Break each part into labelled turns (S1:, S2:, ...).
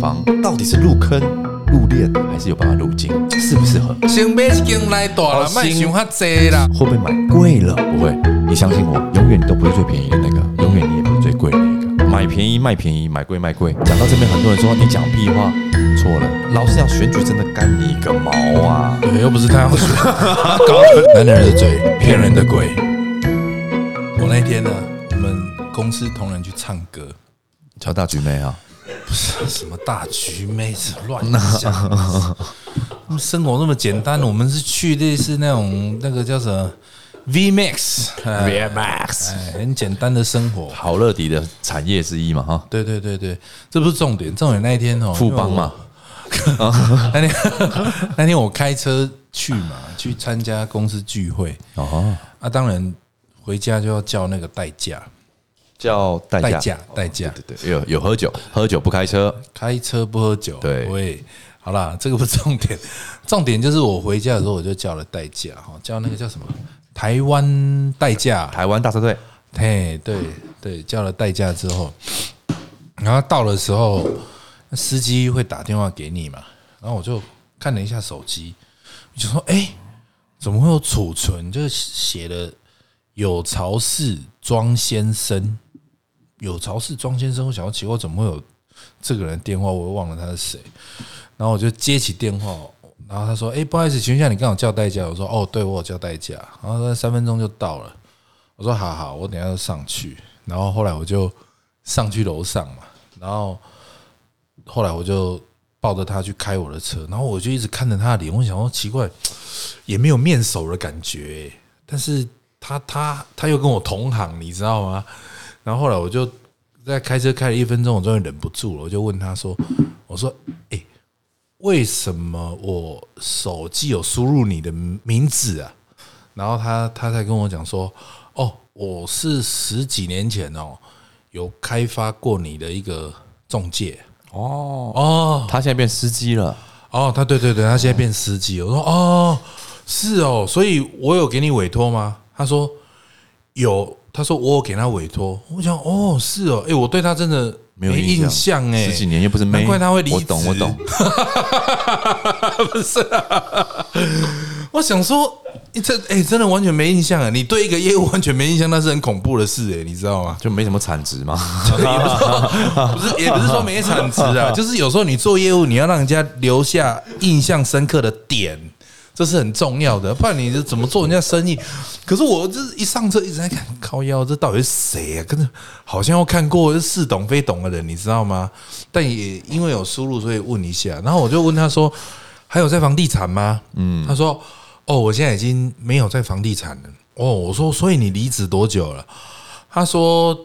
S1: 方到底是入坑、入练，还是有办法入境，适不适合？
S2: 先买一间来大啦，
S1: 好
S2: 卖
S1: 心
S2: 想遐济啦。
S1: 会不会买贵了？不会，你相信我，永远都不是最便宜的那个，永远你也不是最贵的那个。买便宜卖便宜，买贵卖贵。讲到这边，很多人说你讲屁话，错了。老实讲，选举真的干你个毛啊！
S2: 对，呃又不是太阳水，搞男人的嘴，骗人的鬼。我那天呢，我们公司同仁去唱歌，
S1: 乔大局妹啊，
S2: 什么大橘妹子乱讲，他们生活那么简单，我们是去类似那种那个叫什么 V Max 哎 V Max，很简单的生活。
S1: 好乐迪的产业之一嘛哈，
S2: 对对对对，这不是重点，重点那一天哦，
S1: 富邦嘛。
S2: 那天那天我开车去嘛，去参加公司聚会
S1: 哦，
S2: 啊，当然回家就要叫那个代驾，
S1: 叫代驾，
S2: 代驾，代驾，
S1: 对对，有有喝酒，喝酒不开车，
S2: 开车不喝酒，
S1: 对
S2: 喂，好啦， 这个不是重点，重点就是我回家的时候我就叫了代驾，哈，叫那个叫什么台湾代驾，
S1: 台湾大车队，
S2: 嘿，对对，叫了代驾之后，然后到的时候，司机会打电话给你嘛，然后我就看了一下手机，我就说，哎、怎么会有储存？就是写的有曹氏庄先生，有曹氏庄先生，我想要奇怪，怎么会有这个人的电话？我又忘了他是谁，然后我就接起电话。然后他说：“哎、不好意思，请问一下，你刚好叫代驾？”我说：“哦，对，我有叫代驾。”然后他说三分钟就到了。我说好好，我等一下就上去。然后后来我就上去楼上嘛，然后后来我就抱着他去开我的车，然后我就一直看着他的脸，我想说奇怪，也没有面熟的感觉欸、但是他他他又跟我同行，你知道吗？然后后来我就在开车开了一分钟，我终于忍不住了，我就问他说：“我说，哎、为什么我手机有输入你的名字啊？”然后他他才跟我讲说，哦，我是十几年前哦，有开发过你的一个中介哦哦
S1: 他现在变司机了，
S2: 哦，他对对对，他现在变司机。我说哦，是哦，所以我有给你委托吗？他说有，他说我有给他委托。我想哦，是哦，哎，我对他真的
S1: 没有
S2: 印象哎，
S1: 十几年又不是妹，
S2: 难怪他会离职
S1: 我懂，我懂，
S2: 不是、啊，我想说，你这哎、真的完全没印象啊！你对一个业务完全没印象，那是很恐怖的事哎、你知道吗？
S1: 就没什么产值嘛。
S2: 也不是说 不是，也不是说没产值啊，就是有时候你做业务，你要让人家留下印象深刻的点，这是很重要的，不然你是怎么做人家生意？可是我这一上车一直在看靠腰，这到底是谁啊？跟着好像要看过是似懂非懂的人，你知道吗？但也因为有输入，所以问一下，然后我就问他说：“还有在房地产吗？”嗯，他说：“哦，我现在已经没有在房地产了。”哦，我说：“所以你离职多久了？”他说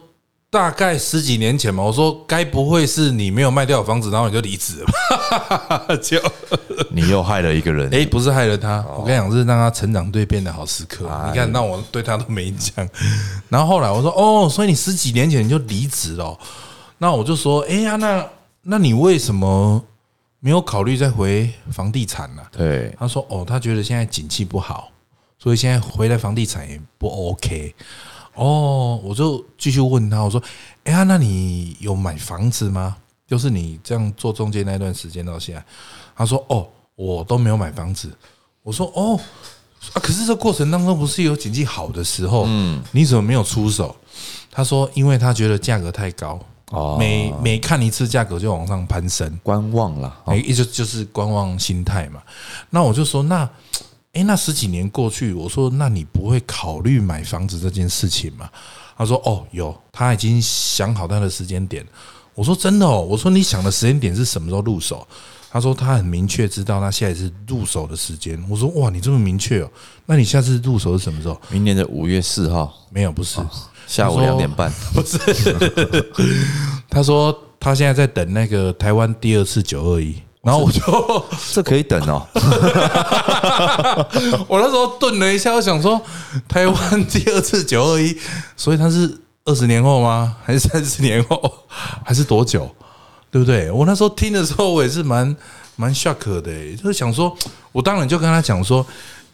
S2: 大概十几年前嘛，我说该不会是你没有卖掉房子，然后你就离职了吧？ 就
S1: 你又害了一个人，
S2: 哎、不是害了他，我跟你讲是让他成长蜕变的好时刻。你看，那我对他都没印象。哎 然后后来我说哦，所以你十几年前你就离职了哦、那我就说，哎、呀，那那你为什么没有考虑再回房地产啊呢、
S1: 对，
S2: 他说：“哦，他觉得现在景气不好，所以现在回来房地产也不 OK。”哦，我就继续问他，我说：“哎、呀，那你有买房子吗？就是你这样做中介那段时间到现在。”他说：“哦，我都没有买房子。”我说：“哦，啊，可是这过程当中不是有景气好的时候，嗯，你怎么没有出手？”他说：“因为他觉得价格太高，
S1: 哦
S2: 每每看一次价格就往上攀升。”
S1: 观望啦，哦
S2: 哎、一就就是观望心态嘛。那我就说，那哎、那十几年过去，我说，那你不会考虑买房子这件事情吗？他说，哦，有，他已经想好他的时间点。我说真的哦，我说你想的时间点是什么时候入手？他说他很明确知道他现在是入手的时间。我说哇，你这么明确哦，那你下次入手是什么时候？
S1: 明年的五月四号
S2: 没有，不是。
S1: 下午
S2: 他说
S1: 两点 半，
S2: 他说他现在在等那个台湾第二次九二一，然后我就
S1: 这可以等哦。
S2: 我那时候顿了一下，我想说，台湾第二次九二一，所以它是二十年后吗？还是三十年后？ 还是多久？对不对？我那时候听的时候，我也是蛮蛮 shock 的、欸就是想说，我当然就跟他讲说，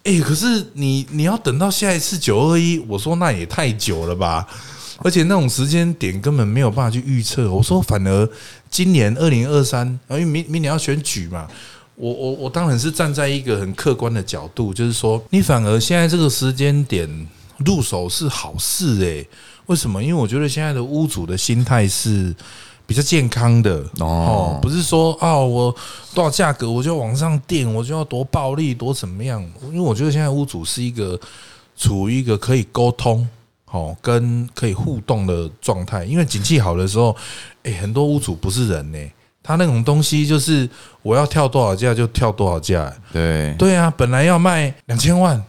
S2: 欸哎、可是你你要等到下一次九二一，我说那也太久了吧。而且那种时间点根本没有办法去预测。我说，反而今年二零二三，因为明明年要选举嘛，我我我当然是站在一个很客观的角度，就是说，你反而现在这个时间点入手是好事诶、为什么？因为我觉得现在的屋主的心态是。比较健康的
S1: 哦
S2: 哦，不是说啊，我多少价格我就往上垫，我就要多暴利多怎么样？因为我觉得现在屋主是一个处于一个可以沟通、好跟可以互动的状态。因为景气好的时候，诶，很多屋主不是人呢、他那种东西就是我要跳多少价就跳多少价、
S1: 对
S2: 对啊，本来要卖两千万，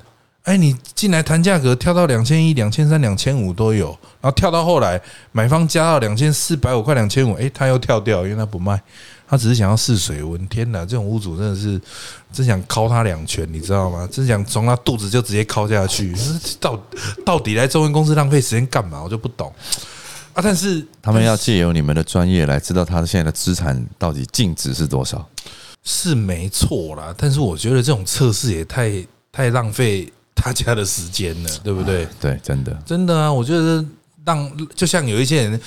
S2: 哎，你进来谈价格跳到两千一、两千三、两千五都有，然后跳到后来买方加到两千四百五块、两千五，哎，他又跳掉，因为他不卖，他只是想要试水温。天哪，这种屋主真的是真想敲他两拳，你知道吗？真想从他肚子就直接敲下去。到到底来中文公司浪费时间干嘛？我就不懂啊。但是
S1: 他们要借由你们的专业来知道他现在的资产到底净值是多少。
S2: 是没错啦，但是我觉得这种测试也太太浪费大家的时间了，对不对？
S1: 对，真的
S2: 真的啊，我觉得让就像有一些人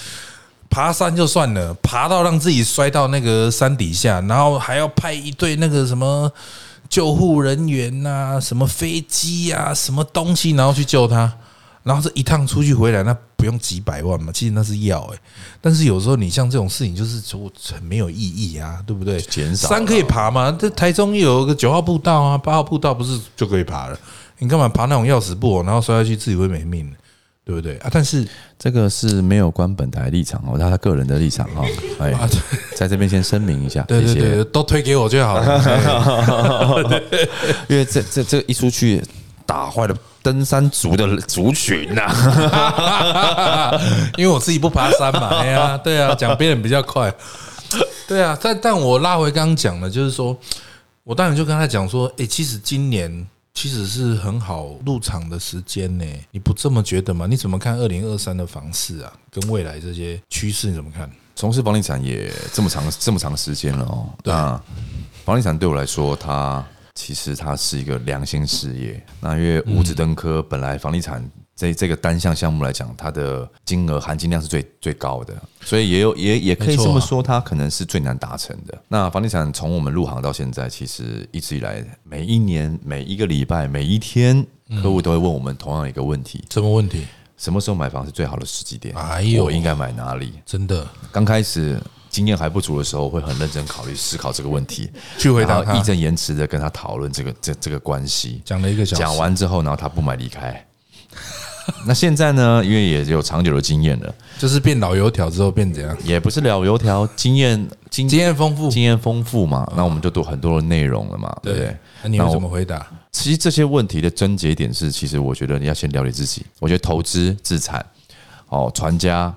S2: 爬山就算了，爬到让自己摔到那个山底下，然后还要派一队那个什么救护人员呐、什么飞机啊、什么东西，然后去救他。然后这一趟出去回来，那不用几百万嘛？其实那是药哎、但是有时候你像这种事情，就是就很没有意义啊，对不对？
S1: 减少了
S2: 山可以爬嘛？这台中有个九号步道啊，八号步道不是就可以爬了？你干嘛爬那种钥匙步偶，然后摔下去自己会没命？对不对啊？但是
S1: 这个是没有关本台立场哦，他他个人的立场 哈、哦。哎，在这边先声明一下，
S2: 啊对对
S1: 谢谢
S2: 对，都推给我就好了。
S1: 因为这这这一出去，打坏了登山族的族群啊呐、
S2: 因为我自己不爬山 嘛，哎呀，对啊，讲别人比较快，对啊，但但我拉回刚刚讲的，就是说我当然就跟他讲说，哎，其实今年其实是很好入场的时间呢，你不这么觉得吗？你怎么看二零二三的房市啊，跟未来这些趋势你怎么看？
S1: 从事房地产也这么长这么长时间了哦。那房地产对我来说，它其实它是一个良心事业。那因为五子登科，本来房地产这这个单项项目来讲，它的金额含金量是最最高的，所以也有也也可以
S2: 没错啊
S1: 这么说，它可能是最难达成的。那房地产从我们入行到现在，其实一直以来，每一年、每一个礼拜、每一天，客户都会问我们同样一个问题：
S2: 什么问题？
S1: 什么时候买房是最好的时机点？
S2: 哎呦
S1: 我应该买哪里？
S2: 真的
S1: 刚开始经验还不足的时候，会很认真考虑思考这个问题，
S2: 去回答
S1: 然后
S2: 他
S1: 义，正言辞的跟他讨论这个这这个关系。
S2: 讲了一个小时，
S1: 讲完之后，然后他不买离开。 那现在呢？因为也有长久的经验了，
S2: 就是变老油条之后变怎样？
S1: 也不是聊油条，经验经
S2: 经验丰富，
S1: 经验丰富嘛，那我们就读很多的内容了嘛，对不对
S2: 对？，那你
S1: 那
S2: 会
S1: 我
S2: 怎么回答？
S1: 其实这些问题的症结点是，其实我觉得你要先了解自己。我觉得投资、资产、哦、传家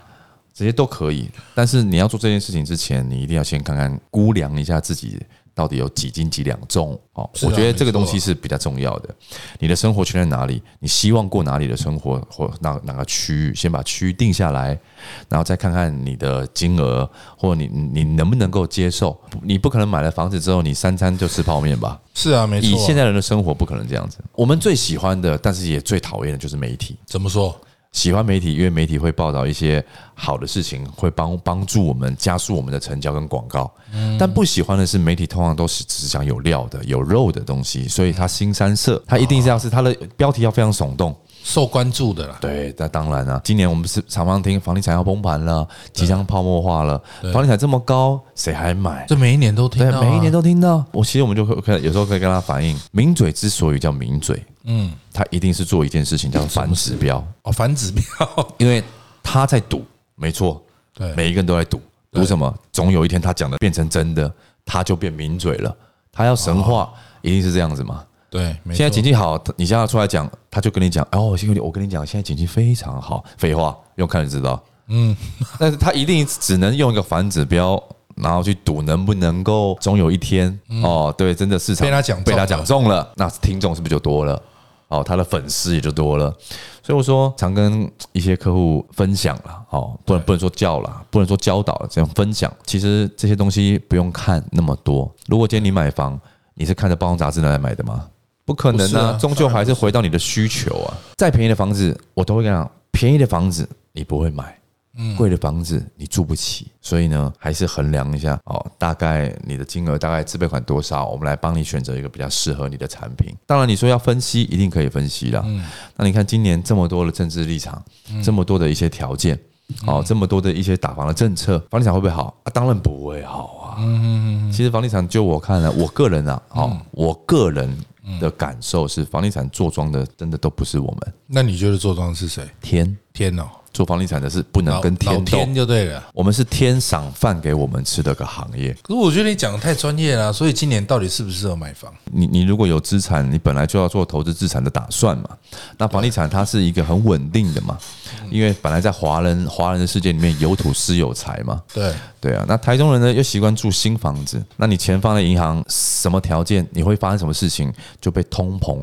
S1: 这些都可以，但是你要做这件事情之前，你一定要先看看估量一下自己到底有几斤几两重。哦，
S2: 是啊
S1: 我觉得这个东西
S2: 没
S1: 是比较重要的。你的生活圈在哪里？你希望过哪里的生活或哪哪个区域？先把区域定下来，然后再看看你的金额或你你你能不能够接受。不你不可能买了房子之后，你三餐就吃泡面吧？
S2: 是啊，没错
S1: 以
S2: 啊。
S1: 现在人的生活不可能这样子。我们最喜欢的，但是也最讨厌的就是媒体。
S2: 怎么说？
S1: 喜欢媒体，因为媒体会报道一些好的事情，会帮帮助我们加速我们的成交跟广告。
S2: 嗯
S1: 但不喜欢的是，媒体通常都是只讲有料的、有肉的东西，所以它新三色，
S2: 啊
S1: 它一定是要是它的标题要非常耸动。
S2: 受关注的啦，
S1: 对，那当然啊，今年我们是常常听房地产要崩盘了，即将泡沫化了，房地产这么高，谁还买？
S2: 这每一年都听
S1: 对
S2: 到、，啊，
S1: 每一年都听到。我其实我们就可可有时候可以跟他反映，名嘴之所以叫名嘴，嗯，他一定是做一件事情叫反指标，
S2: 哦反指标，
S1: 因为他在赌，没错，
S2: 对
S1: 每一个人都在赌，赌什么？总有一天他讲的变成真的，他就变名嘴了，他要神话，一定是这样子嘛。
S2: 对，没错
S1: 现在经济好，你叫他出来讲，他就跟你讲，哦，兄弟，我跟你讲，现在经济非常好，废话，用看就知道。嗯， 但是他一定只能用一个反指标，然后去赌能不能够终有一天、哦，对，真的市场
S2: 嗯被他讲中了
S1: 被他讲中了，那听众是不是就多了？哦，他的粉丝也就多了，所以我说常跟一些客户分享啦，哦，不能不能说教啦，不能说教导了，这样分享。其实这些东西不用看那么多。如果今天你买房，你是看着包装杂志来买的吗？不可能
S2: 不是
S1: 啊
S2: 啊，
S1: 终究还是回到你的需求啊。再便宜的房子，我都会跟你讲，便宜的房子你不会买。
S2: 嗯
S1: 贵的房子你住不起，所以呢，还是衡量一下哦，大概你的金额大概自备款多少，我们来帮你选择一个比较适合你的产品。当然，你说要分析，一定可以分析啦。
S2: 嗯
S1: 那你看今年这么多的政治立场，这么多的一些条件，
S2: 嗯
S1: 哦，这么多的一些打房的政策，房地产会不会好？啊，当然不会好啊。其实房地产就我看了，我个人啊，
S2: 嗯
S1: 哦，我个人的感受是，房地产做庄的真的都不是我们
S2: 那你觉得做庄是谁？
S1: 天
S2: 天哦，
S1: 做房地产的是不能
S2: 老
S1: 嗯跟
S2: 老
S1: 天斗。
S2: 天就对了。
S1: 我们是天赏饭给我们吃的个行业。
S2: 可是我觉得你讲的太专业了，所以今年到底适不适合买房？
S1: 你你如果有资产，你本来就要做投资资产的打算嘛。那房地产它是一个很稳定的嘛，因为本来在华人华人的世界里面，有土是有财嘛。
S2: 对，
S1: 对啊，那台中人呢又习惯住新房子，那你前方的银行什么条件，你会发生什么事情就被通膨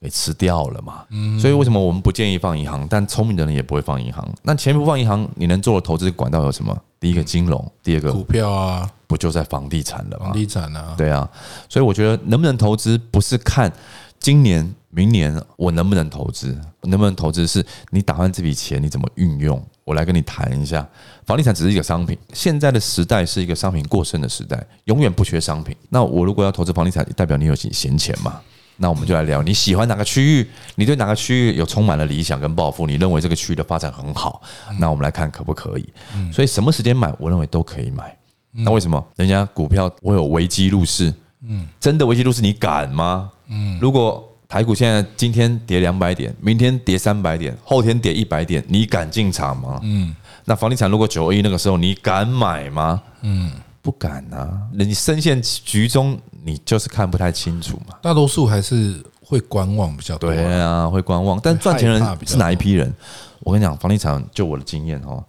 S1: 给吃掉了嘛。所以为什么我们不建议放银行？但聪明的人也不会放银行。那前面不放银行，你能做的投资管道有什么？第一个金融，第二个
S2: 股票啊，
S1: 不就在房地产了吗
S2: 房？地产啊，
S1: 对啊，所以我觉得能不能投资不是看今年、明年我能不能投资，能不能投资是你打算这笔钱你怎么运用。我来跟你谈一下，房地产只是一个商品。现在的时代是一个商品过剩的时代，永远不缺商品。那我如果要投资房地产，代表你有闲钱嘛？那我们就来聊你喜欢哪个区域，你对哪个区域有充满了理想跟抱负，你认为这个区域的发展很好，那我们来看可不可以。所以什么时间买，我认为都可以买。那为什么人家股票会有危机入市？嗯，真的危机入市，你敢吗？嗯，如果台股现在今天跌两百点，明天跌三百点，后天跌一百点，你敢进场吗？嗯，那房地产如果九二一那个时候，你敢买吗？嗯，不敢啊，你深陷局中，你就是看不太清楚嘛。
S2: 大多数还是会观望比较多啊。
S1: 对啊，会观望，但赚钱人是哪一批人？我跟你讲，房地产就我的经验哦，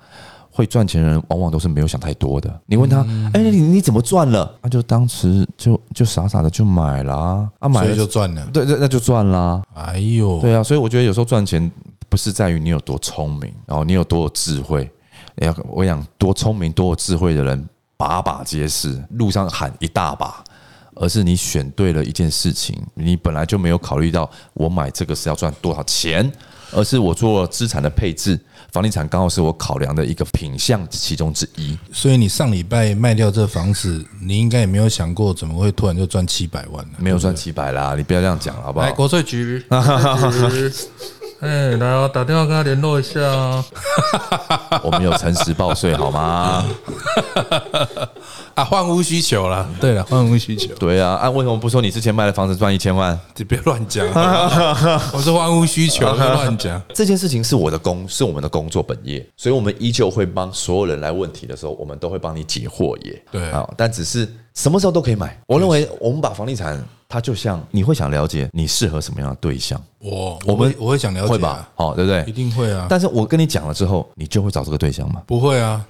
S1: 会赚钱人往往都是没有想太多的。你问他，
S2: 嗯
S1: 哎，你你怎么赚了？那就当时就就傻傻的就买啦，啊，买
S2: 所以
S1: 了
S2: 就
S1: 就
S2: 赚了。
S1: 对对，那就赚啦。
S2: 哎呦，
S1: 对啊，所以我觉得有时候赚钱不是在于你有多聪明，然后你有多有智慧。哎呀，我想多聪明、多有智慧的人把把皆是，路上喊一大把，而是你选对了一件事情，你本来就没有考虑到我买这个是要赚多少钱，而是我做资产的配置，房地产刚好是我考量的一个品项其中之一。
S2: 所以你上礼拜卖掉这房子，你应该也没有想过怎么会突然就赚七百万呢、
S1: 没有赚几百啦，你不要这样讲好不好
S3: 来？国税局，国税局哎，来啊，打电话跟他联络一下啊。
S1: 我们有诚实报税好吗？
S2: 啊，换屋需求啦。对了，换屋需求，
S1: 对啊，啊，为什么不说你之前卖的房子赚一千万？
S2: 你别乱讲啊。 我说换屋需求，不要乱讲。
S1: 这件事情是我的工，是我们的工作本业，所以我们依旧会帮所有人来问题的时候，我们都会帮你解惑也。
S2: 对
S1: 啊，但只是什么时候都可以买。我认为我们把房地产，它就像你会想了解你适合什么样的对象，
S2: 我我会我会想了解、啊，
S1: 会吧？？好，对不
S2: 一
S1: 对？
S2: 定会啊，
S1: 但是我跟你讲了之后，你就会找这个对象吗？
S2: 不会啊，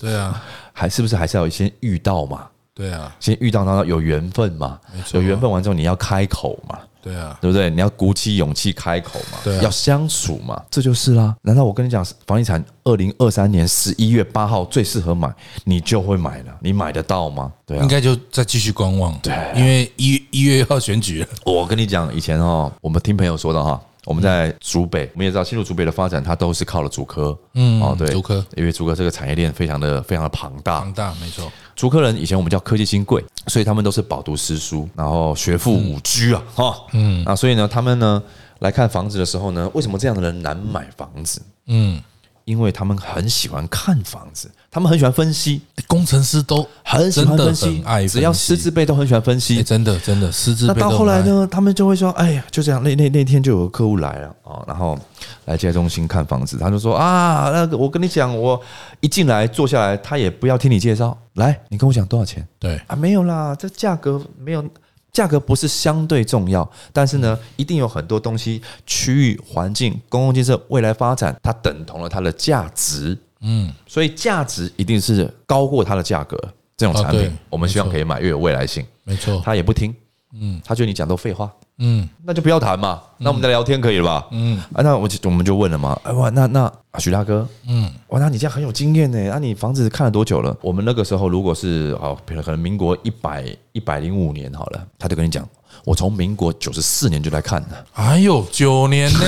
S2: 对啊，
S1: 还是不是还是要先遇到嘛？
S2: 对啊，
S1: 先遇到，然后有缘分嘛？有缘分完之后，你要开口嘛？
S2: 对啊，
S1: 对不对？你要鼓起勇气开口嘛，
S2: 对啊
S1: 要相处嘛，这就是啦。难道我跟你讲，房地产二零二三年十一月八号最适合买，你就会买了？你买得到吗？对啊
S2: 应，该就再继续观望，对，啊因为一一月要选举了，
S1: 我跟你讲，以前哦，我们听朋友说的哈。我们在竹北，
S2: 嗯
S1: 我们也知道新竹竹北的发展，它都是靠了竹科，嗯，哦，对，
S2: 竹科，
S1: 因为竹科这个产业链非常的非常的庞大，
S2: 庞大没错，
S1: 竹科人以前我们叫科技新贵，所以他们都是饱读诗书，然后学富五车啊，哈，嗯，啊，所以呢，他们呢来看房子的时候呢，为什么这样的人难买房子？
S2: 嗯，
S1: 因为他们很喜欢看房子，他们很喜欢分析，
S2: 工程师都
S1: 很喜欢
S2: 真的
S1: 分析
S2: 很爱分，析
S1: 只要师字辈都很喜欢分析
S2: 哎，。真的真的师资
S1: 那
S2: 被
S1: 到
S2: 动
S1: 后来
S2: 买
S1: 呢，他们就会说：“哎呀，就这样。那”那那天就有个客户来了哦，然后来接待中心看房子，他就说：“啊，那个我跟你讲，我一进来坐下来，他也不要听你介绍，来，你跟我讲多少钱？
S2: 对，
S1: 啊，没有啦，这价格没有，价格不是相对重要，但是呢，一定有很多东西，区域环境、公共建设未来发展，它等同了它的价值，
S2: 嗯，
S1: 所以价值一定是高过它的价格。这种
S2: 啊
S1: 产品
S2: 对，
S1: 我们希望可以买，越有未来性。
S2: 没错，
S1: 他也不听，嗯，他觉得你讲都废话，
S2: 嗯，
S1: 那就不要谈嘛，那我们再聊天可以了吧？嗯，啊，那我就我们就问了嘛，哎哇，那那啊许大哥，嗯，哇，那你这样很有经验呢，啊，你房子看了多久了？我们那个时候如果是哦，比如可能民国一百一百零五年好了，他就跟你讲，我从民国九十四
S2: 哎
S1: 年就来看了，
S2: 哎呦，九年呢、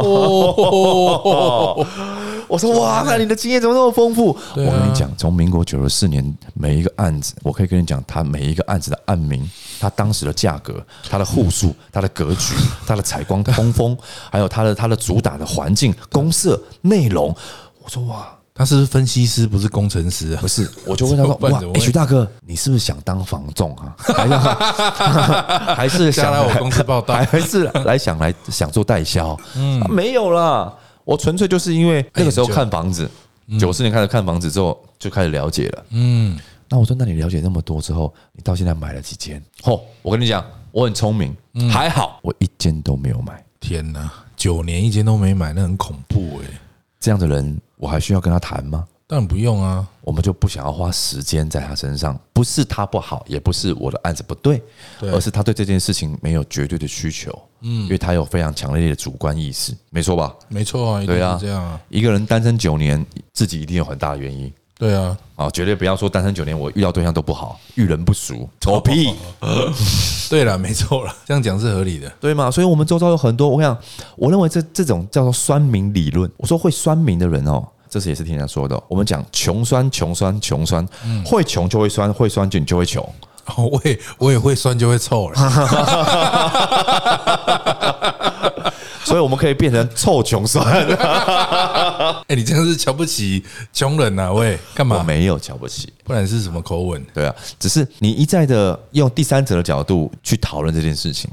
S2: 哦，
S1: 我说哇，那你的经验怎么那么丰富？
S2: 对啊
S1: 我跟你讲，从民国九十四年每一个案子，我可以跟你讲，他每一个案子的案名、他当时的价格、他的户 数、他的格局、他的采光通风，还有他的他的主打的环境、公社内容。我说哇，
S2: 他是分析师，不是工程师啊
S1: 不。是，我就问他说：“
S2: 怎么办
S1: 哇
S2: 怎么，
S1: 哎，
S2: 办
S1: 徐大哥，你是不是想当房仲 啊？还是 还是想
S2: 下来我公司报 道
S1: 还是来想来想做代销？嗯，没有啦，我纯粹就是因
S2: 哎
S1: 为那个时候看房子，九四年开始看房子之后就开始了解了。
S2: 嗯，
S1: 那我说，那你了解那么多之后，你到现在买了几间？哦，我跟你讲，我很聪明，
S2: 嗯
S1: 还好我一间都没有买。
S2: 天哪，九年一间都没买，那很恐怖哎、
S1: 这样的人，我还需要跟他谈吗？”
S2: 当然不用啊，
S1: 我们就不想要花时间在他身上，不是他不好，也不是我的案子不对，而是他对这件事情没有绝对的需求，嗯，因为他有非常强烈的主观意识，没错吧？
S2: 没错啊，一定
S1: 对啊
S2: 是这样啊，
S1: 一个人单身九年，自己一定有很大的原因
S2: 对啊，
S1: 啊，绝对不要说单身九年我遇到对象都不好，遇人不淑，狗
S2: 哦
S1: 屁，
S2: 对了，没错了，这样讲是合理的。
S1: 对吗？所以我们周遭有很多，我想，我认为这这种叫做酸民理论，我说会酸民的人哦。这是也是听人家说的哦、我们讲穷酸、穷酸、穷酸，
S2: 嗯
S1: 会穷就会酸，会酸就你就会穷。
S2: 哦，我也我也会酸就会臭 了，
S1: 所以我们可以变成臭穷酸。
S2: 哎、你真的是瞧不起穷人呐、啊，喂，干
S1: 我
S2: 嘛？
S1: 没有瞧不起，
S2: 不然是什么口吻？
S1: 对啊，只是你一再的用第三者的角度去讨论这件事情。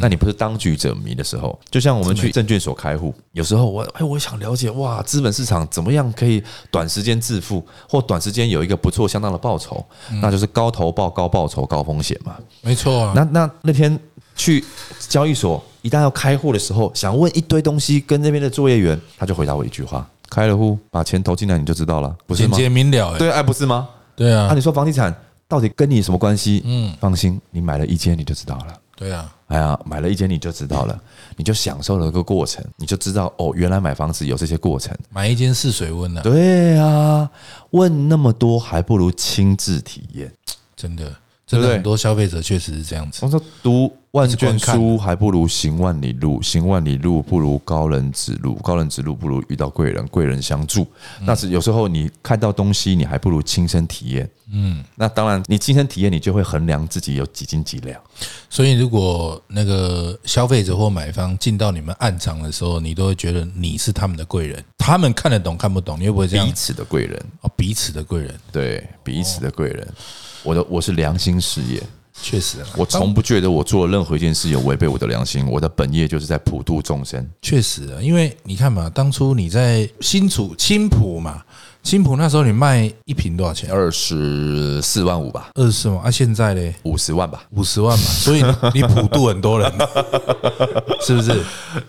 S1: 那你不是当局者迷的时候，就像我们去证券所开户，有时候我哎，我想了解哇，资本市场怎么样可以短时间致富，或短时间有一个不错相当的报酬，那就是高投报、高报酬、高风险嘛。
S2: 没错啊，
S1: 那那那天去交易所，一旦要开户的时候，想问一堆东西，跟那边的作业员，他就回答我一句话：开了户，把钱投进来你就知道了，不是
S2: 简
S1: 吗？
S2: 洁明了、哎，
S1: 对，哎，不是吗？
S2: 对
S1: 啊，
S2: 啊，
S1: 你说房地产到底跟你有什么关系？嗯，放心，你买了一间你就知道了。
S2: 对啊，
S1: 哎呀，买了一间你就知道了，你就享受了个过程，你就知道哦，原来买房子有这些过程。
S2: 买一间试水温呐、啊，
S1: 对啊，问那么多还不如亲自体验。
S2: 真的，
S1: 对
S2: 真
S1: 不对
S2: 的很多消费者确实是这样子
S1: 我。说读万卷
S2: 还是
S1: 书还不如行万里路，行万里路不如高人指路，高人指路不如遇到贵人，贵人相助。那是有时候你看到东西，你还不如亲身体验。嗯，那当然，你亲身体验，你就会衡量自己有几斤几两。
S2: 所以，如果那个消费者或买方进到你们暗场的时候，你都会觉得你是他们的贵人，他们看得懂看不懂，你会不会这样
S1: 彼？此的贵人，
S2: 哦，彼此的贵人，
S1: 对彼此的贵人。我的我是良心事业，
S2: 确实啊，
S1: 我从不觉得我做了任何一件事有违背我的良心。我的本业就是在普度众生。
S2: 确实啊，因为你看嘛，当初你在新竹青浦嘛，青浦那时候你卖一瓶多少钱？
S1: 二十四万五吧，
S2: 二十万啊，现在嘞
S1: 五十万吧，
S2: 五十 万嘛，所以你你普渡很多人，是不是？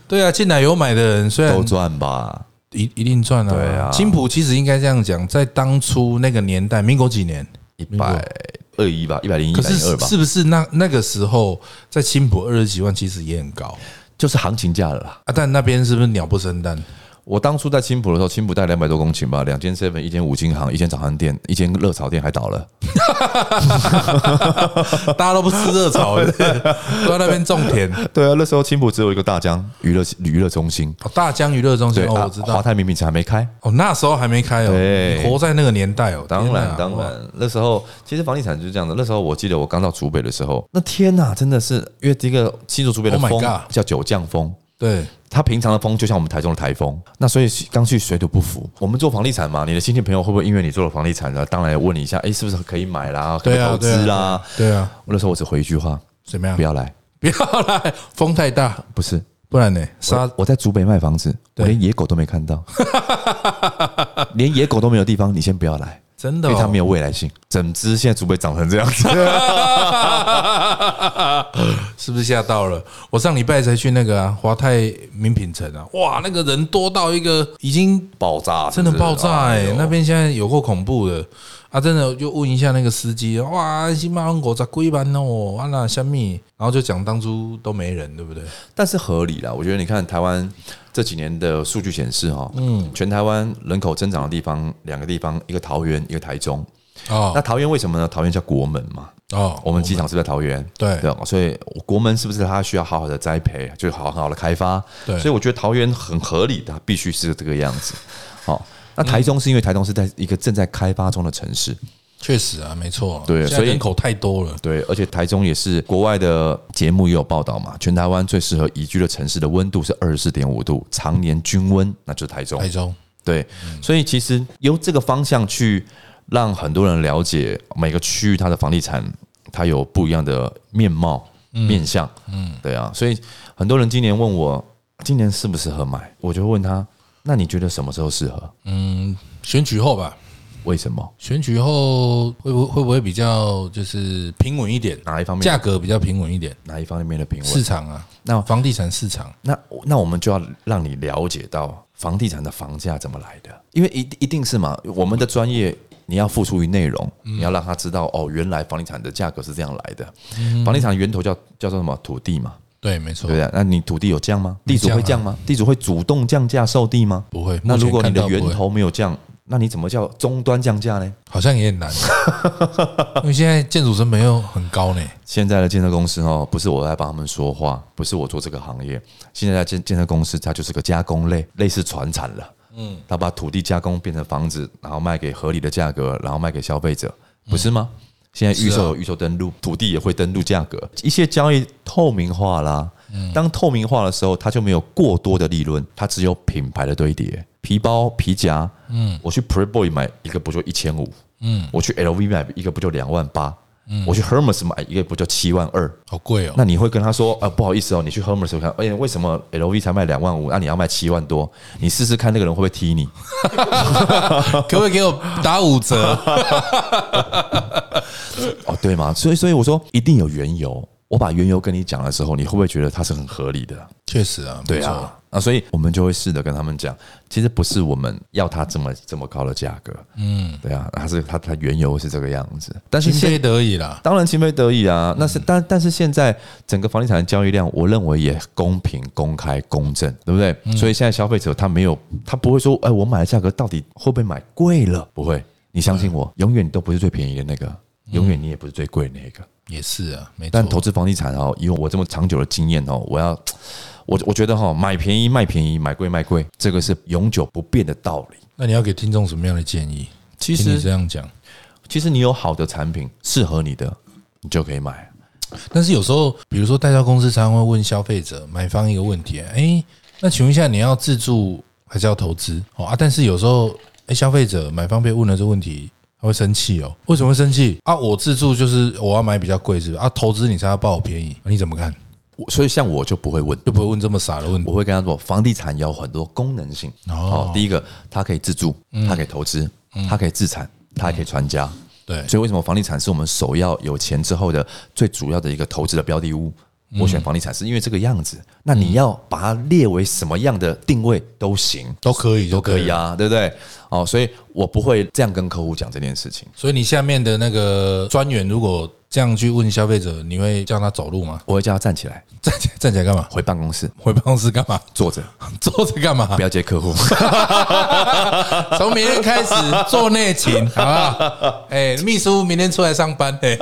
S2: 对啊，进来有买的人，虽然
S1: 都赚吧。
S2: 一一定赚啊。
S1: 对啊
S2: 青浦其实应该这样讲，在当初那个年代，民国几年？
S1: 一百二一吧，一百零一、一
S2: 可
S1: 百零
S2: 是
S1: 二吧，
S2: 是不是那那个时候在青浦二十几万其实也很高
S1: 就是行情价了啦。
S2: 啊？但那边是不是鸟不生 蛋？
S1: 我当初在青浦的时候，青浦带两百多公顷吧，两间 seven，一间五金行，一间早餐店，一间热炒店还倒了。
S2: 大家都不吃 热炒，是不是都在那边种田。
S1: 对啊，那时候青浦只有一个大江娱乐娱乐中心，
S2: 哦，大江娱乐中心
S1: 对
S2: 哦，
S1: 啊
S2: 我知，
S1: 华
S2: 道。
S1: 泰名品城还没开。
S2: 哦，那时候还没开哦，
S1: 对
S2: 你活在那个年代哦。
S1: 当
S2: 天哪
S1: 然，当，
S2: 哇
S1: 然，那时候其实房地产就是这样的。那时候我记得我刚到竹北的时候，那天呐、真的是因为第一个新竹竹北的
S2: Oh my
S1: 风
S2: God
S1: 叫九降风，
S2: 对，
S1: 它平常的风就像我们台中的台风，那所以刚去水土不服。我们做房地产嘛，你的亲戚朋友会不会因为你做了房地产呢？当然要问你一下，哎，是不是可以买啦，可不可
S2: 对
S1: 以
S2: 啊，
S1: 投
S2: 对
S1: 资
S2: 啊
S1: 啦？
S2: 对啊，
S1: 我那时候我只回一句话：
S2: 怎么样？
S1: 不要来。
S2: 不要来，风太大，
S1: 不是，
S2: 不然呢？
S1: 我
S2: 沙
S1: 我在竹北卖房子，我
S2: 对
S1: 连野狗都没看 到，连野狗都没有地方，你先不要来，
S2: 真的
S1: 因
S2: 哦，啊
S1: 为它没有未来性。整只现在竹北长成这样子，
S2: 是不是吓到了？我上礼拜才去那个啊华泰名品城啊，哇，那个人多到一个已经
S1: 爆炸，
S2: 真的爆炸哎、
S1: 呦
S2: 那边现在有够恐怖的啊！真的就问一下那个司机，哇，新马龙狗咋贵班哦？啊那虾米？然后就讲当初都没人，对不对？
S1: 但是合理啦，我觉得你看台湾这几年的数据显示，哈，嗯，全台湾人口增长的地方两个地方，一个桃园，一个台中。那
S2: 哦
S1: 桃园为什么呢？桃园叫国门嘛，
S2: 哦，
S1: 我们机场是不是在桃园？
S2: 对
S1: 对，所以国门是不是它需要好好的栽培，就好好的开发？
S2: 对
S1: 所以我觉得桃园很合理的，它必须是这个样子。好、那台中是因为台中是在一个正在开发中的城市，
S2: 确实啊，没错啊，
S1: 对
S2: 现在
S1: 所以
S2: 人口太多了，
S1: 对，而且台中也是国外的节目也有报道嘛，全台湾最适合宜居的城市的温度是二十四点五度，常年均温，那就是台中嗯
S2: 台。中
S1: 对，所以其实由这个方向去让很多人了解每个区域它的房地产，它有不一样的面貌、面相。嗯，对啊，所以很多人今年问我今年适不适合买，我就问他，那你觉得什么时候适合？
S2: 嗯选举后吧，
S1: 为什么？
S2: 选举后会不会会不会比较就是平稳一点，
S1: 哪一方面
S2: 价格比较平稳一点，
S1: 哪一方面的评论
S2: 市？场啊，
S1: 那
S2: 房地产市场
S1: 那那我们就要让你了解到房地产的房价怎么来的，因为一一定是嘛，我们的专业你要付出于内容，你要让他知道哦，原来房地产的价格是这样来的。
S2: 嗯
S1: 房地产的源头叫叫做什么？土地嘛，
S2: 对，没错
S1: 对不，对？那你土地有降吗？地主
S2: 降啊
S1: 会降吗？地主会主动降价售地吗？
S2: 不会
S1: 那
S2: 目前
S1: 如果你
S2: 看到
S1: 的
S2: 不会
S1: 源头没有降，那你怎么叫终端降价呢？
S2: 好像也 很难，因为现在建筑成本又很高呢，
S1: 现在的建设公司哦，不是我在帮他们说话，不是我做这个行业。现在的建建设公司它就是个加工类，类似船产了。嗯，它把土地加工变成房子，然后卖给合理的价格，然后卖给消费者，不是吗？现在预售有预售登录，土地也会登录价格，一切交易透明化啦。当透明化的时候，它就没有过多的利润，它只有品牌的堆叠。皮包、皮夹，嗯，我去 Playboy 买一个不就一千五？嗯，我去 LV 买一个不就两万八？嗯，我去 Hermes 买一个不就七万二？
S2: 好贵哦，
S1: 那你会跟他说，呃，不好意思哦，你去 Hermes 看，哎、为什么 LV 才卖两万五，那、你要卖七万多？你试试看那个人会不会踢你？
S2: 可不可以给我打五折？
S1: 哦，对嘛，所以所以我说一定有缘由。我把缘由跟你讲的时候，你会不会觉得它是很合理的？
S2: 确实啊，没
S1: 对
S2: 错
S1: 啊，啊，所以我们就会试着跟他们讲，其实不是我们要它这么这么高的价格，嗯，对啊，它是它它缘由是这个样子，但是
S2: 情
S1: 现
S2: 非得已啦，
S1: 当然情非得已啊，那是但但是现在整个房地产的交易量，我认为也公平、公开、公正，对不对？所以现在消费者他没有，他不会说，哎，我买的价格到底会不会买贵了？不会，你相信我，永远你都不是最便宜的那个，永远你也不是最贵的那个。
S2: 也是啊，没
S1: 但
S2: 错，
S1: 投资房地产哦，以我这么长久的经验哦，我要我我觉得哈、买便宜卖便宜，买贵卖贵，这个是永久不变的道理。
S2: 那你要给听众什么样的建议？
S1: 其
S2: 听你这
S1: 实
S2: 样讲，
S1: 其实你有好的产品适合你的，你就可以买。
S2: 但是有时候，比如说代销公司常常会问消费者、买方一个问题：哎，那请问一下，你要自住还是要投资？哦啊，但是有时候，哎，消费者、买方被问了这个问题，他会生气哦。为什么会生气啊？我自住就是我要买比较贵，是吧？啊，投资你才要报我便宜，啊你怎么看？
S1: 我所以像我就不会问，
S2: 就不会问这么傻的问题
S1: 我。会跟他说，房地产有很多功能性哦。嗯第一个，它可以自住，它可以投资，它可以自产，它还可以传家。
S2: 对，
S1: 所以为什么房地产是我们首要有钱之后的最主要的一个投资的标的物？我选房地产是因为这个样子。那你要把它列为什么样的定位都行，
S2: 都可以，
S1: 都可以
S2: 啊。
S1: 啊，对不对？哦，所以我不会这样跟客户讲这件事情。
S2: 所以你下面的那个专员如果这样去问消费者，你会叫他走路吗？
S1: 我会叫他站起来，
S2: 站起来站起来干嘛？
S1: 回办公室
S2: 回办公室干嘛？
S1: 坐着，
S2: 坐着干嘛
S1: 不？要接客户。
S2: 从明天开始做内勤， 好不 好？哎、秘书明天出来上班，哎、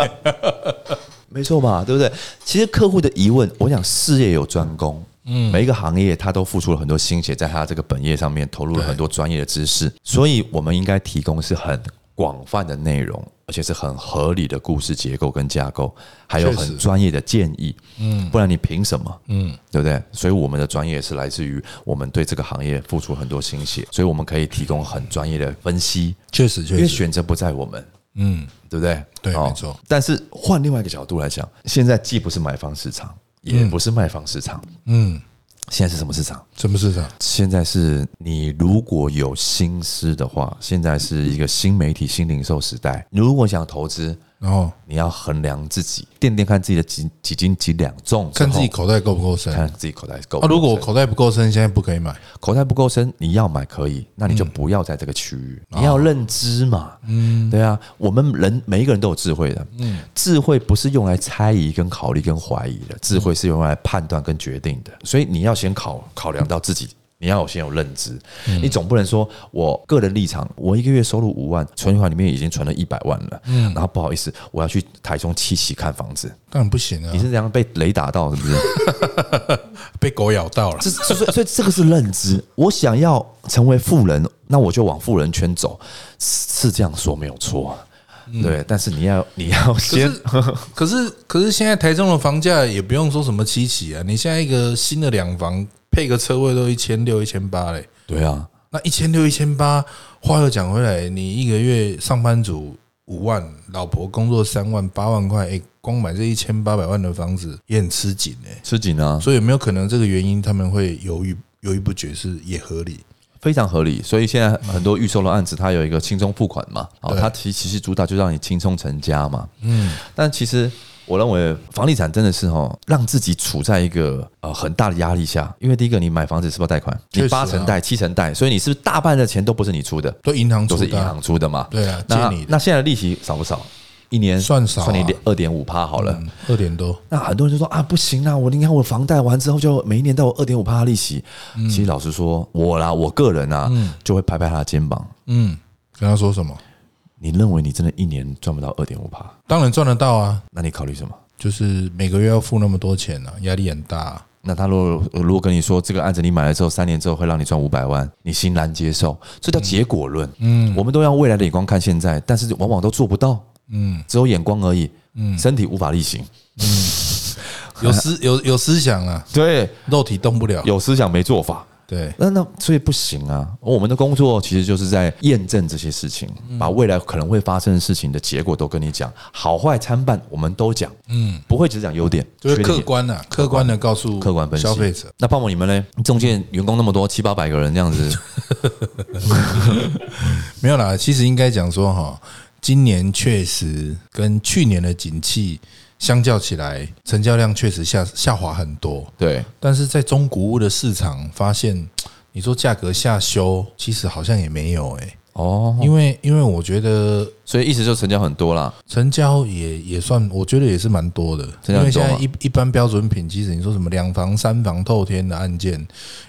S1: 没错吧？对不对？其实客户的疑问，我想事业有专攻，嗯，每一个行业他都付出了很多心血，在他这个本业上面投入了很多专业的知识，所以我们应该提供是很广泛的内容，而且是很合理的故事结构跟架构，还有
S2: 确实
S1: 很专业的建议，嗯，不然你凭什么？嗯，对不对？所以我们的专业是来自于我们对这个行业付出很多心血，所以我们可以提供很专业的分析，
S2: 确实
S1: 因为
S2: 确实，
S1: 选择不在我们，
S2: 哎嗯，
S1: 对不对？
S2: 对没错。
S1: 但是换另外一个角度来讲，现在既不是买方市场，也不是卖方市场，
S2: 嗯，
S1: 现在是什么市场？
S2: 什么啊市场？
S1: 现在是你如果有心思的话，现在是一个新媒体、新零售时代。你如果想投资，
S2: 然后
S1: 你要衡量自己，掂掂看自己的几几斤几两重之后，
S2: 看自己口袋够不够深。
S1: 看自己口袋够不够
S2: 啊，
S1: 深。
S2: 如果我口袋不够深，现在不可以买。
S1: 口袋不够深，你要买可以，那你就不要在这个区域，你要认知嘛，嗯，对啊，我们人每一个人都有智慧的，嗯，智慧不是用来猜疑、跟考虑、跟怀疑的，智慧是用来判断跟决定的，所以你要先考考量到自己。你要有先有认知，你总不能说我个人立场，我一个月收入五万，存款里面已经存了一百万了，然后不好意思，我要去台中七期看房子，
S2: 当然不行啊
S1: 你，是这样被雷打到是不是？
S2: 被狗咬到了。
S1: 这所以所以这个是认知。我想要成为富人，那我就往富人圈走，是是这样说没有错。对，但是你要你要
S2: 嗯可
S1: 先
S2: 是，可是，可是现在台中的房价也不用说什么七起啊，你现在一个新的两房配个车位都一千六、一千八嘞，
S1: 对啊，
S2: 那一千六、一千八，话又讲回来，你一个月上班族五万，老婆工作三万、八万块，哎，光买这一千八百万的房子也很吃紧哎、
S1: 吃紧啊，
S2: 所以有没有可能这个原因他们会犹豫犹豫不决是也合理？
S1: 非常合理。所以现在很多预售的案子，它有一个轻松付款嘛，哦，
S2: 对
S1: 它其其实主打就让你轻松成家嘛。嗯，但其实我认为房地产真的是哦，让自己处在一个呃很大的压力下，因为第一个你买房子是不是要贷款？
S2: 确
S1: 你
S2: 实啊
S1: 八成贷、七成贷，所以你是不是大半的钱都不是你出的？
S2: 都银行
S1: 都
S2: 出
S1: 是
S2: 的
S1: 银
S2: 啊
S1: 行，出的嘛？
S2: 对啊，借
S1: 那
S2: 你的
S1: 那现在的利息少不少？一年
S2: 算少啊嗯
S1: 算你二点五趴好了。
S2: 二点多，
S1: 那很多人就说啊，不行啦，我你看我房贷完之后，就每一年都有二点五趴利息。
S2: 嗯
S1: 其实老实说，我啦，我个人啊，就会拍拍他的肩膀。
S2: 嗯，跟他说什么？
S1: 你认为你真的一年赚不到二点五趴？
S2: 当然赚得到啊，
S1: 那你考虑什么？
S2: 就是每个月要付那么多钱啊，压力很大、啊。
S1: 那他如果如果跟你说这个案子你买了之后三年之后会让你赚五百万，你欣然接受，这叫结果论。嗯，我们都要未来的眼光看现在，但是往往都做不到。嗯，只有眼光而已。嗯，身体无法力行。
S2: 有思有有思想啊，
S1: 对，
S2: 肉体动不了。
S1: 有思想没做法。
S2: 对，
S1: 那那所以不行啊！我们的工作其实就是在验证这些事情，
S2: 嗯
S1: 把未来可能会发生的事情的结果都跟你讲，好坏参半我们都讲，嗯，不会只讲优点，
S2: 就是
S1: 缺点
S2: 客观啊，客观的告诉
S1: 客观分析
S2: 消费者。。
S1: 那泡沫你们呢？中介员工那么多，七八百个人这样 子，
S2: 没有啦，其实应该讲说哈，今年确实跟去年的景气相较起来，成交量确实下下滑很多。
S1: 对，
S2: 但是在中古屋的市场，发现你说价格下修，其实好像也没有诶、
S1: 哦，
S2: 因为因为我觉得
S1: 所以意思就成交很多啦，
S2: 成交也也算，我觉得也是蛮多的。
S1: 成交
S2: 因为
S1: 很
S2: 现
S1: 多啊吗
S2: 在一一般标准品，其实你说什么两房、三房透天的案件，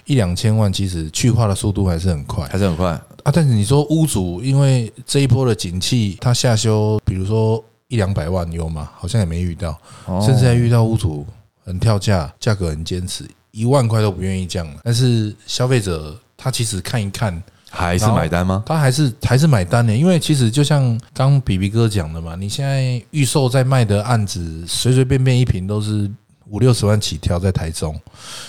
S2: 一两千万，其实去化的速度还是很快
S1: 还是很快，
S2: 啊。但是你说屋主，因为这一波的景气，它下修，比如说一两百万有吗？好像也没遇到，
S1: 哦
S2: 甚至还遇到屋主很跳价，价格很坚持，一万块都不愿意降了。但是消费者他其实看一看，
S1: 还是买单吗？
S2: 他还是还是买单的，因为其实就像刚比比哥讲的嘛，你现在预售在卖的案子，随随便便一平都是五六十万起跳，在台中。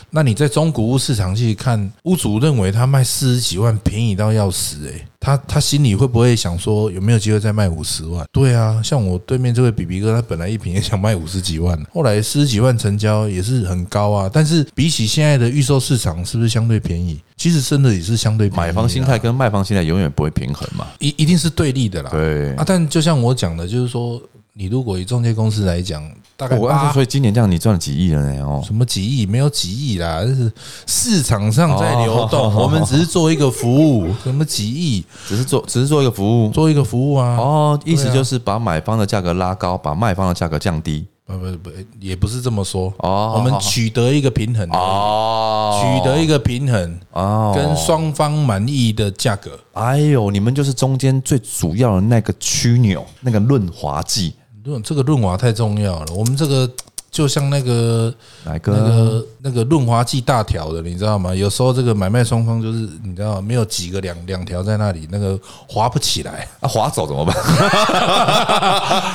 S2: 那你在中古屋市场去看，屋主认为他卖四十几万便宜到要死、欸，他他心里会不会想说有没有机会再卖五十万？对啊，像我对面这位比比哥，他本来一平也想卖五十几万，后来四十几万成交也是很高啊。但是比起现在的预售市场，是不是相对便宜？其实真的也是相对便宜啦啊
S1: 买方心态跟卖方心态永远不会平衡嘛，
S2: 一一定是对立的啦。
S1: 对
S2: 啊，。但就像我讲的，就是说，你如果以中介公司来讲，大概
S1: 我按
S2: 八
S1: 说，所以今年这样你赚了几亿了呢？哦，
S2: 什么几亿，没有几亿啦，就是市场上在流
S1: 哦
S2: 动， 我们只是做一个服务，什么几亿
S1: 只是做只是做一个服务
S2: 做一个服务啊。
S1: 哦，意思就是把买方的价格拉高，把卖方的价格降低。
S2: 不呃不不，也不是这么说
S1: 哦
S2: 我们取得一个平衡，
S1: 哦，
S2: 取得一个平衡，
S1: 哦，
S2: 跟双方满意的价格。
S1: 哎呦，你们就是中间最主要的那个枢纽，那个润滑剂，
S2: 论这个润滑太重要了，我们这个就像那个
S1: 哪
S2: 那
S1: 个？
S2: 个那个润滑剂大条的，你知道吗？有时候这个买卖双方就是你知道没有几个两两条在那里，那个划不起来。
S1: 啊，划走怎么 办？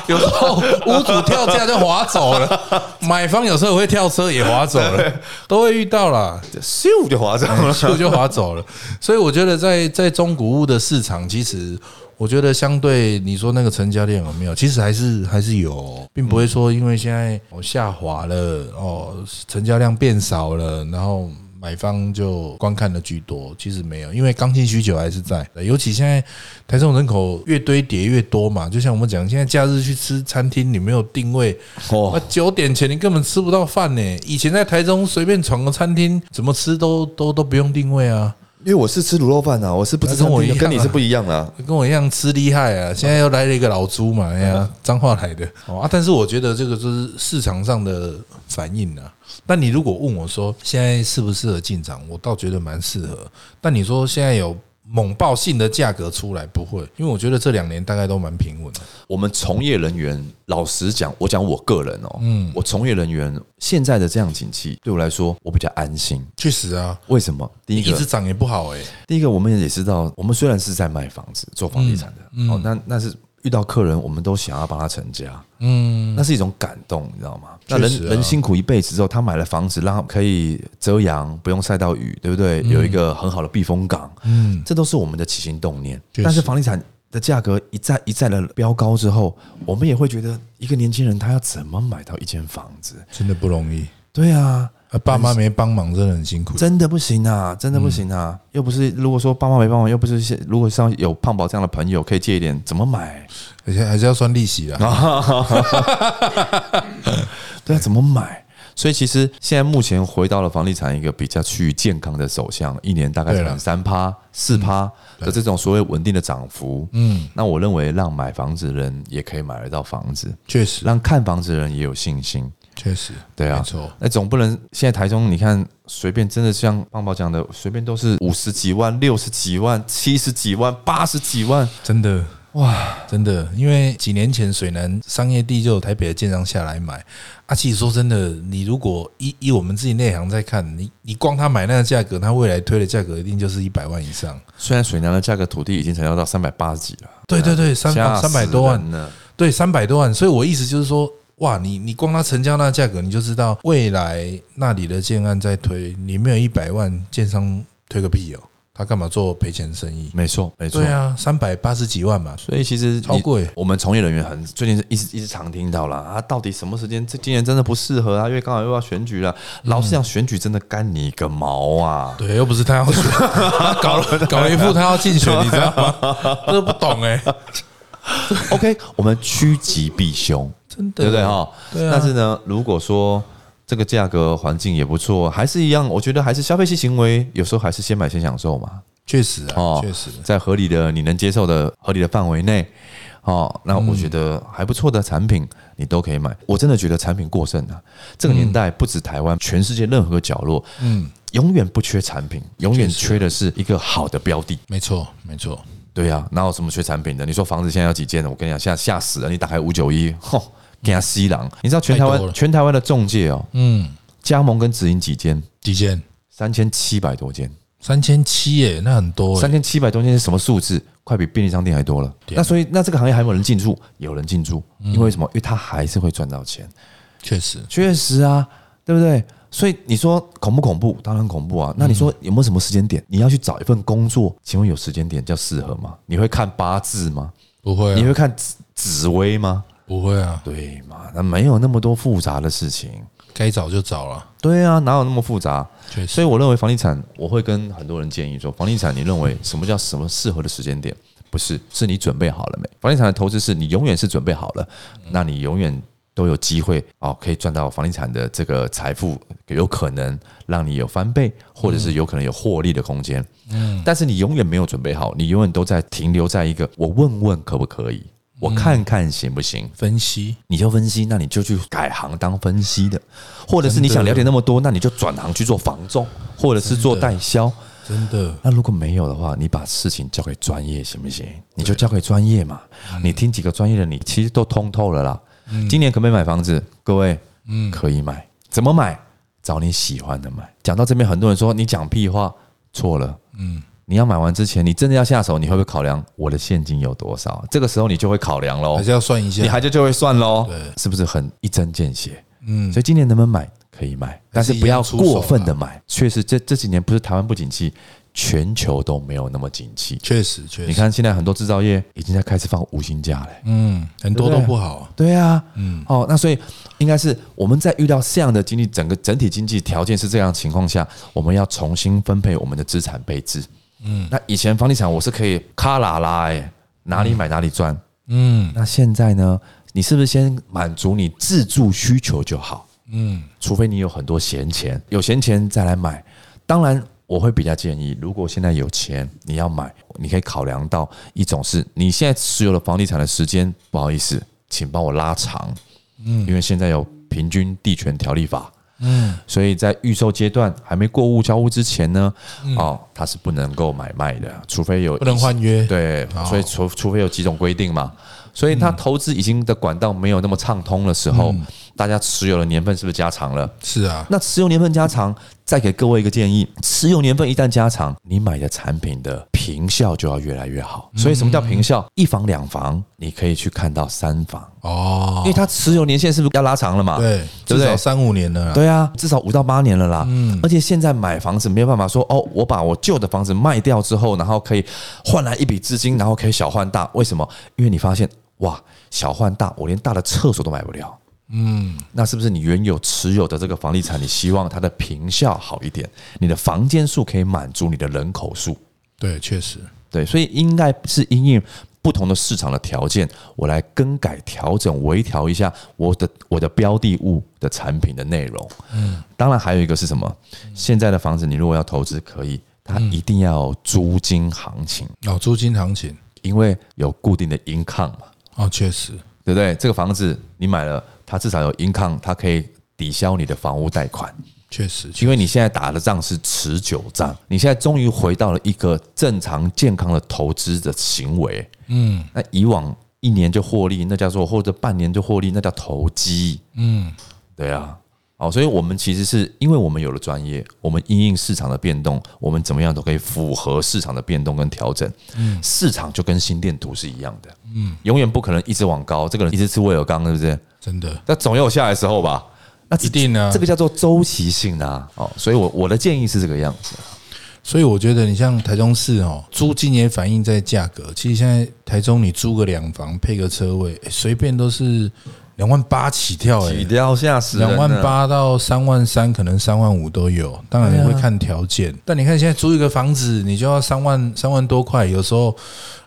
S2: 有时候哦屋主跳价就划走 了，买方有时候会跳车也划走了，都会遇到啦，
S1: 咻就划走 了。
S2: 就就划走了。所以我觉得在在中古屋的市场，其实我觉得相对你说那个成交量有没有，其实还是还是有，并不会说因为现在哦下滑了哦，成交量变少了，然后。买方就观看的居多，其实没有，因为刚性需求还是在，尤其现在台中人口越堆叠越多嘛，就像我们讲，现在假日去吃餐厅，你没有定位，
S1: 哦
S2: 那九点前你根本吃不到饭呢。以前在台中随便闯个餐厅，怎么吃都都都不用定位啊。
S1: 因为我是吃卤肉饭啊，我是不吃
S2: 那跟我
S1: 餐厅的
S2: 一样啊
S1: 跟你是不一样的、啊。
S2: 跟我一样吃厉害啊！现在又来了一个老猪嘛，哎呀，
S1: 嗯
S2: 脏话来的哦啊！但是我觉得这个就是市场上的反应啊。但你如果问我说现在适不适合进场，我倒觉得蛮适合。但你说现在有猛爆性的价格出来，不会，因为我觉得这两年大概都蛮平稳的。
S1: 我们从业人员，老实讲，我讲我个人哦，嗯，我从业人员现在的这样景气，对我来说，我比较安心。
S2: 确实啊，
S1: 为什么？第一
S2: 一
S1: 个
S2: 直，涨也不好哎、
S1: 第一个，我们也知道，我们虽然是在卖房子、做房地产的，
S2: 嗯
S1: 哦，那那是遇到客人，我们都想要帮他成家，嗯，那是一种感动，你知道吗？那
S2: 确实
S1: 人
S2: 啊
S1: 人辛苦一辈子之后，他买了房子，让他可以遮阳，不用晒到雨，对不
S2: 嗯
S1: 对？有一个很好的避风港，嗯，这都是我们的起心动念。
S2: 确实
S1: 但是房地产。的价格一再一再的飙高之后，我们也会觉得一个年轻人他要怎么买到一间房子？
S2: 真的不容易。
S1: 对啊，
S2: 啊，爸妈没帮忙，真的很辛苦。
S1: 真的不行啊，真的不行
S2: 嗯
S1: 啊！又不是如果说爸妈没办法，又不是现如果像有胖宝这样的朋友可以借一点，怎么买？
S2: 而且还是要算利息啦。
S1: 啊对啊，怎么买？所以其实现在目前回到了房地产一个比较趋于健康的走向，一年大概可
S2: 对嗯
S1: 能
S2: 了
S1: 三趴、四趴的这种所谓稳定的涨幅。嗯，那我认为让买房子的人也可以买得到房子，
S2: 确实，
S1: 让看房子的人也有信心。
S2: 确实，
S1: 对啊
S2: 没错，
S1: 那总不能现在台中，你看随便真的像棒棒讲的，随便都是五十几万、六十几万、七十几万、八十几万，
S2: 真的。
S1: 哇！
S2: 真的，因为几年前水南商业地就有台北的建商下来买。啊，其实说真的，你如果依依我们自己内行在看，你你光他买那个价格，他未来推的价格一定就是一百万以上。
S1: 虽然水南的价格土地已经成交到三百八十几了，
S2: 对对对，三
S1: 啊吓死
S2: 三百多万，
S1: 人了，
S2: 对，三百多万。所以我意思就是说，哇，你你光它成交那价格，你就知道未来那里的建案在推，你没有一百万，建商推个屁哦，他干嘛做赔钱生意？
S1: 没错没错
S2: 对。啊，三百八十几万嘛，
S1: 所以其实你
S2: 超贵
S1: 我们从业人员很最近是一直一直常听到啦，啊，到底什么时间？这今年真的不适合啊，因为刚好又要选举了。老实讲，选举真的干你个毛啊！
S2: 对，又不是他要 选，他搞了 搞了一副他要竞选，你知道 吗？这不懂哎、
S1: OK，我们趋吉避凶，
S2: 真的
S1: 对不对哈？
S2: 对啊
S1: 但是呢，如果说这个价格环境也不错，还是一样，我觉得还是消费性行为，有时候还是先买先享受嘛。
S2: 确实啊，
S1: 哦，
S2: 确实，
S1: 在合理的你能接受的合理的范围内，哦，那我觉
S2: 嗯
S1: 得还不错的产品你都可以买。我真的觉得产品过剩啊，这个年代不止台
S2: 嗯
S1: 湾，全世界任何角落，嗯，永远不缺产品，永远缺的是一个好的标的。
S2: 没错，没错，
S1: 对呀、哪有什么缺产品的？你说房子现在要几件呢？我跟你讲，吓吓死了！你打开五九一，吼，给他吸狼。你知道全台
S2: 太多了
S1: 湾全台湾的中介哦，
S2: 嗯，
S1: 加盟跟直营几间？
S2: 几件
S1: 三千七百多间，
S2: 三千七耶，那很多、
S1: 三
S2: 欸，
S1: 千七百多间是什么数字？快比便利商店还多了。
S2: 啊
S1: 那所以，那这个行业还有没有人进驻？有人进驻，
S2: 嗯
S1: 因为什么？因为他还是会赚到钱。
S2: 确实，
S1: 确实啊，对不对？所以你说恐不恐怖？当然恐怖啊。那你
S2: 嗯
S1: 说有没有什么时间点？你要去找一份工作，请问有时间点叫适合吗？你会看八字吗？
S2: 不会、
S1: 你
S2: 啊，
S1: 会看紫紫薇吗？
S2: 不会啊，
S1: 对嘛？那没有那么多复杂的事情。
S2: 该找就找了，
S1: 对啊，哪有那么复杂？
S2: 确实，
S1: 所以我认为房地产，我会跟很多人建议说，房地产你认为什么叫什么适合的时间点？不是，是你准备好了没？房地产的投资是你永远是准备好了，那你永远都有机会哦，可以赚到房地产的这个财富，有可能让你有翻倍，或者是有可能有获利的空间。嗯，但是你永远没有准备好，你永远都在停留在一个我问问可不可以，我看看行不行。
S2: 分析
S1: 你就分析，那你就去改行当分析的，或者是你想了解那么多，那你就转行去做房仲，或者是做代销。
S2: 真的
S1: 嗯那如果没有的话，你把事情交给专业行不行？你就交给专业嘛。你听几个专业的，你其实都通透了啦。今年可不可以买房子？各位，嗯，可以买。怎么买？找你喜欢的买。讲到这边，很多人说你讲屁话，错了。嗯，你要买完之前，你真的要下手，你会不会考量我的现金有多少？这个时候你就会考量喽
S2: 还。是要算一下
S1: 你，还就就会算喽
S2: 对，
S1: 是不是很一针见血？
S2: 嗯，
S1: 所以今年能不能买？可以买，但是
S2: 一样
S1: 不要
S2: 出手啦
S1: 过分的买。确实，这这几年不是台湾不景气，全球都没有那么景气。
S2: 确实确实，
S1: 你，看，现在很多制造业已经在开始放无薪假嘞。
S2: 嗯，很多
S1: 对
S2: 都
S1: 不对
S2: 不好、啊，
S1: 对啊，嗯，哦，那所以应该是我们在遇到这样的经济，整个整体经济条件是这样的情况下，我们要重新分配我们的资产配置。嗯，那以前房地产我是可以卡啦啦哎，哪里买哪里赚。
S2: 嗯
S1: 那现在呢？你是不是先满足你自住需求就好？
S2: 嗯，
S1: 除非你有很多闲钱，有闲钱再来买。当然，我会比较建议，如果现在有钱，你要买，你可以考量到一种是你现在持有的房地产的时间，不好意思，请帮我拉长，嗯，因为现在有平均地权条例法，嗯，所以在预售阶段还没过户交屋之前呢，哦，它是不能够买卖的，除非有
S2: 嗯不能换约
S1: 对，所以除除非有几种规定嘛，所以它投资已经的管道没有那么畅通的时候，大家持有的年份是不是加长了？
S2: 是啊，
S1: 那持有年份加长，再给各位一个建议：持有年份一旦加长，你买的产品的评效就要越来越好。所以，什么叫评效？一房、两房，你可以去看到三房，
S2: 哦
S1: 因，为它持有年限是不是要拉长了嘛？
S2: 对，
S1: 对
S2: 至
S1: 不
S2: 少
S1: 对？
S2: 三五年了啦，
S1: 对啊，至少五到八年了啦。而且现在买房子没有办法说哦，我把我旧的房子卖掉之后，然后可以换来一笔资金，然后可以小换大。为什么？因为你发现哇，小换大，我连大的厕所都买不了。嗯，那是不是你原有持有的这个房地产，你希望它的评效好一点，你的房间数可以满足你的人口数？
S2: 对，确实，
S1: 对，所以应该是因应不同的市场的条件，我来更改、调整、微调一下我的我的标的物的产品的内容。嗯，当然还有一个是什么？现在的房子你如果要投资，可以，它一定要有租金行情，
S2: 哦，租金行情，
S1: 因为有固定的 income 嘛，
S2: 哦，确实，
S1: 对不对？这个房子你买了，它至少有 income，它可以抵消你的房屋贷款。
S2: 确实，
S1: 因为你现在打的仗是持久战，你现在终于回到了一个正常健康的投资的行为。嗯，那以往一年就获利，那叫做或者半年就获利，那叫投机。嗯，对啊。哦，所以我们其实是因为我们有了专业，我们因应市场的变动，我们怎么样都可以符合市场的变动跟调整。嗯，市场就跟心电图是一样的。嗯，永远不可能一直往高，这个人一直吃威尔刚，是不是？
S2: 真的，
S1: 那总有下来的时候吧。那
S2: 一定啊
S1: 这个叫做周期性的啊。哦，所以我我的建议是这个样子啊。
S2: 所以我觉得你像台中市哦，租金也反映在价格。其实现在台中你租个两房配个车位，诶随便都是两万八起跳，哎，
S1: 掉吓死啊
S2: 两万，八到三万三，可能三万五都有。当然你会看条件，但你看现在租一个房子，你就要三万三万多块，有时候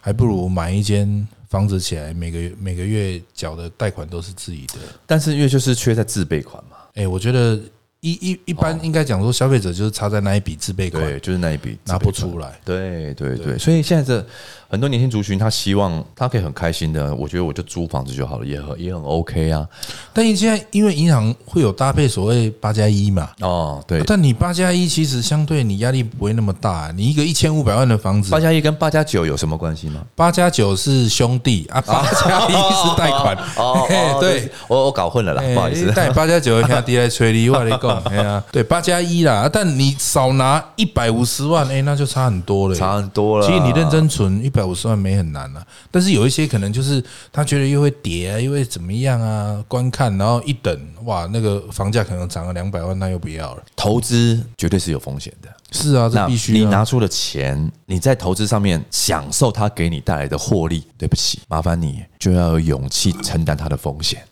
S2: 还不如买一间房子起来，每个月每个月缴的贷款都是自己的。
S1: 但是因为就是缺在自备款嘛，
S2: 哎，我觉得一一一般应该讲说，消费者就是差在那一笔自备款
S1: 哦对，就是那一笔
S2: 拿不
S1: 自备款。
S2: 出来。
S1: 对对对，所以现在这很多年轻族群，他希望他可以很开心的，我觉得我就租房子就好了，也很也很 OK 啊。
S2: 但你现在因为银行会有搭配所谓八加一嘛，啊
S1: 哦，对，
S2: 但你八加一其实相对你压力不会那么大。啊你一个一千五百万的房子
S1: 八，加一跟八加九有什么关系吗？
S2: 八加九是兄弟啊，八加一是贷款。
S1: 哦
S2: 嘿，
S1: 对哎
S2: 对，
S1: 我我搞混了啦，不好意思
S2: 欸。但八加九兄弟来催你，我跟你讲，哎呀，对八加一啦，啊但你少拿一百五十万，哎，那就差很多 了。
S1: 差很多了。
S2: 其实你认真存一百五十万没很难啊，但是有一些可能就是他觉得又会跌啊，又会怎么样啊，观看，然后一等，哇，那个房价可能涨了两百万，那又不要了。
S1: 投资绝对是有风险的。
S2: 是啊，这
S1: 那
S2: 必须、啊。
S1: 你拿出了钱，你在投资上面享受它给你带来的获利。对不起，麻烦你就要有勇气承担它的风险。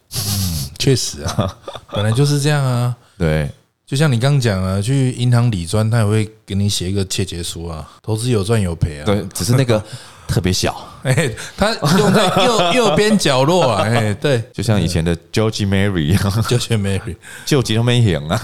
S2: 确实 啊，本来就是这样啊。
S1: 对，
S2: 就像你刚讲啊，去银行理专，他也会给你写一个切结书啊，投资有赚有赔啊。，
S1: 对，只是那个 特别小，
S2: 哎，他用在 右右边角落啊，哎，对，
S1: 就像以前的 George Mary 一样，
S2: 就去 Mary
S1: 救急都没赢啊。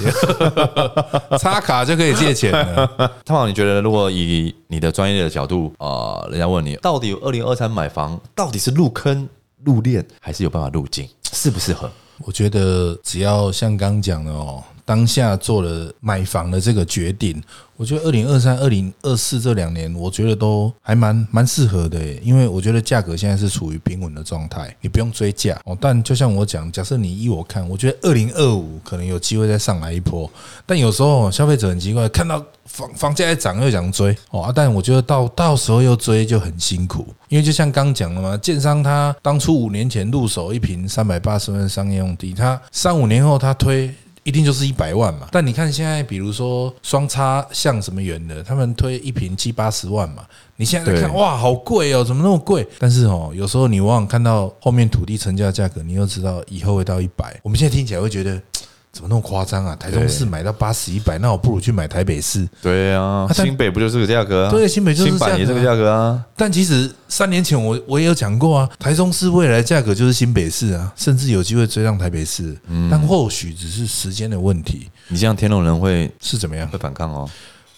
S2: 插卡就可以借钱了。
S1: 汤宝，你觉得如果以你的专业的角度啊、呃人家问你到底二零二三买房到底是入坑、入链，还是有办法入金，适不适合？
S2: 我觉得只要像刚讲的哦，当下做了买房的这个决定，我觉得二零二三、二零二四这两年，我觉得都还蛮蛮适合的耶，因为我觉得价格现在是处于平稳的状态，你不用追价哦。但就像我讲，假设你依我看，我觉得二零二五可能有机会再上来一波，但有时候哦消费者很奇怪，看到。房房价在涨又想追哦、啊，但我觉得到到时候又追就很辛苦，因为就像刚讲的嘛，建商他当初五年前入手一平三百八十万商业用地，他三五年后他推。一定就是一百万嘛，但你看现在，比如说双叉像什么圆的，他们推一瓶七八十万嘛，你现在在看
S1: 对
S2: 哇，好贵哦，怎么那么贵？但是哦，有时候你往往看到后面土地成交价格，你又知道以后会到一百。我们现在听起来会觉得怎么那么夸张啊？台中市买到八十一百，那我不如去买台北市。
S1: 对啊，
S2: 但
S1: 新北不就是这个价格啊？
S2: 对新北就是
S1: 新版也
S2: 这
S1: 这
S2: 样
S1: 个
S2: 啊
S1: 价格啊。
S2: 但其实三年前我我也有讲过啊，台中市未来价格就是新北市啊，甚至有机会追上台北市，但或许只是时间的问题，
S1: 你这样天龙人会
S2: 是怎么样
S1: 会？反抗哦。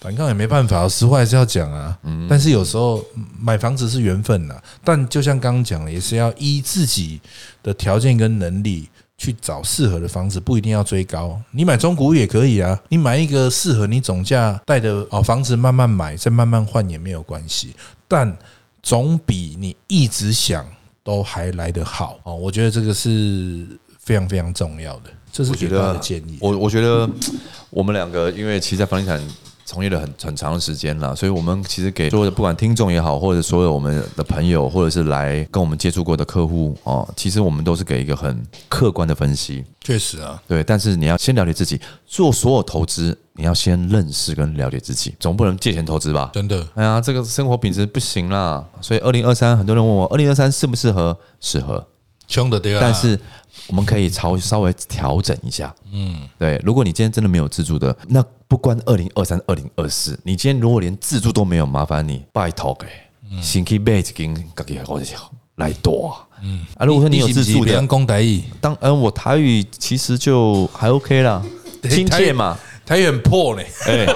S2: 反抗也没办法，实话还是要讲啊。但是有时候嗯买房子是缘分啦，但就像刚刚讲的，也是要依自己的条件跟能力去找适合的房子，不一定要追高。你买中古屋也可以啊，你买一个适合你总价带的哦房子，慢慢买，再慢慢换也没有关系。但总比你一直想都还来得好哦。我觉得这个是非常非常重要的，这是
S1: 我
S2: 给
S1: 觉
S2: 大家
S1: 得
S2: 的建议。
S1: 我我觉得我们两个，因为其实，在房地产从业了很很长的时间了，所以我们其实给所有的不管听众也好，或者所有我们的朋友，或者是来跟我们接触过的客户哦，其实我们都是给一个很客观的分析。
S2: 确实啊，
S1: 对，但是你要先了解自己，做所有投资，你要先认识跟了解自己，总不能借钱投资吧？
S2: 真的
S1: 哎呀，这个生活品质不行啦，所以二零二三很多人问我，二零二三适不适合？适合，
S2: 穷的对啊。
S1: 但是我们可以稍稍微调整一下。嗯，对，如果你今天真的没有自助的，那不关二零二三、二零二四，你今天如果连自助都没有，麻烦你拜托给、先去买一间自己好来多。嗯，啊，如果说你有自助的，
S2: 公台语，
S1: 当然我台语其实就还 OK 啦，亲切嘛。
S2: 台语很破呢。
S1: 哎，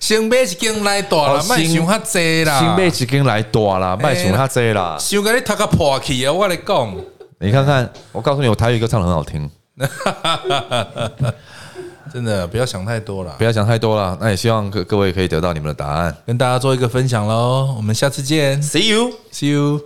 S2: 先买一间来大
S1: 哦
S2: 啦，卖
S1: 先
S2: 想较济啦，
S1: 新买一间来大啦，卖想他这啦。
S2: 想甲你读个破去啊！我来讲，
S1: 你看看，我告诉你，我台语歌唱的很好听，
S2: 真的不要想太多啦
S1: 不。要想太多了。那也希望各各位可以得到你们的答案。
S2: 跟大家做一个分享喽，我们下次见
S1: See you。
S2: ，See you。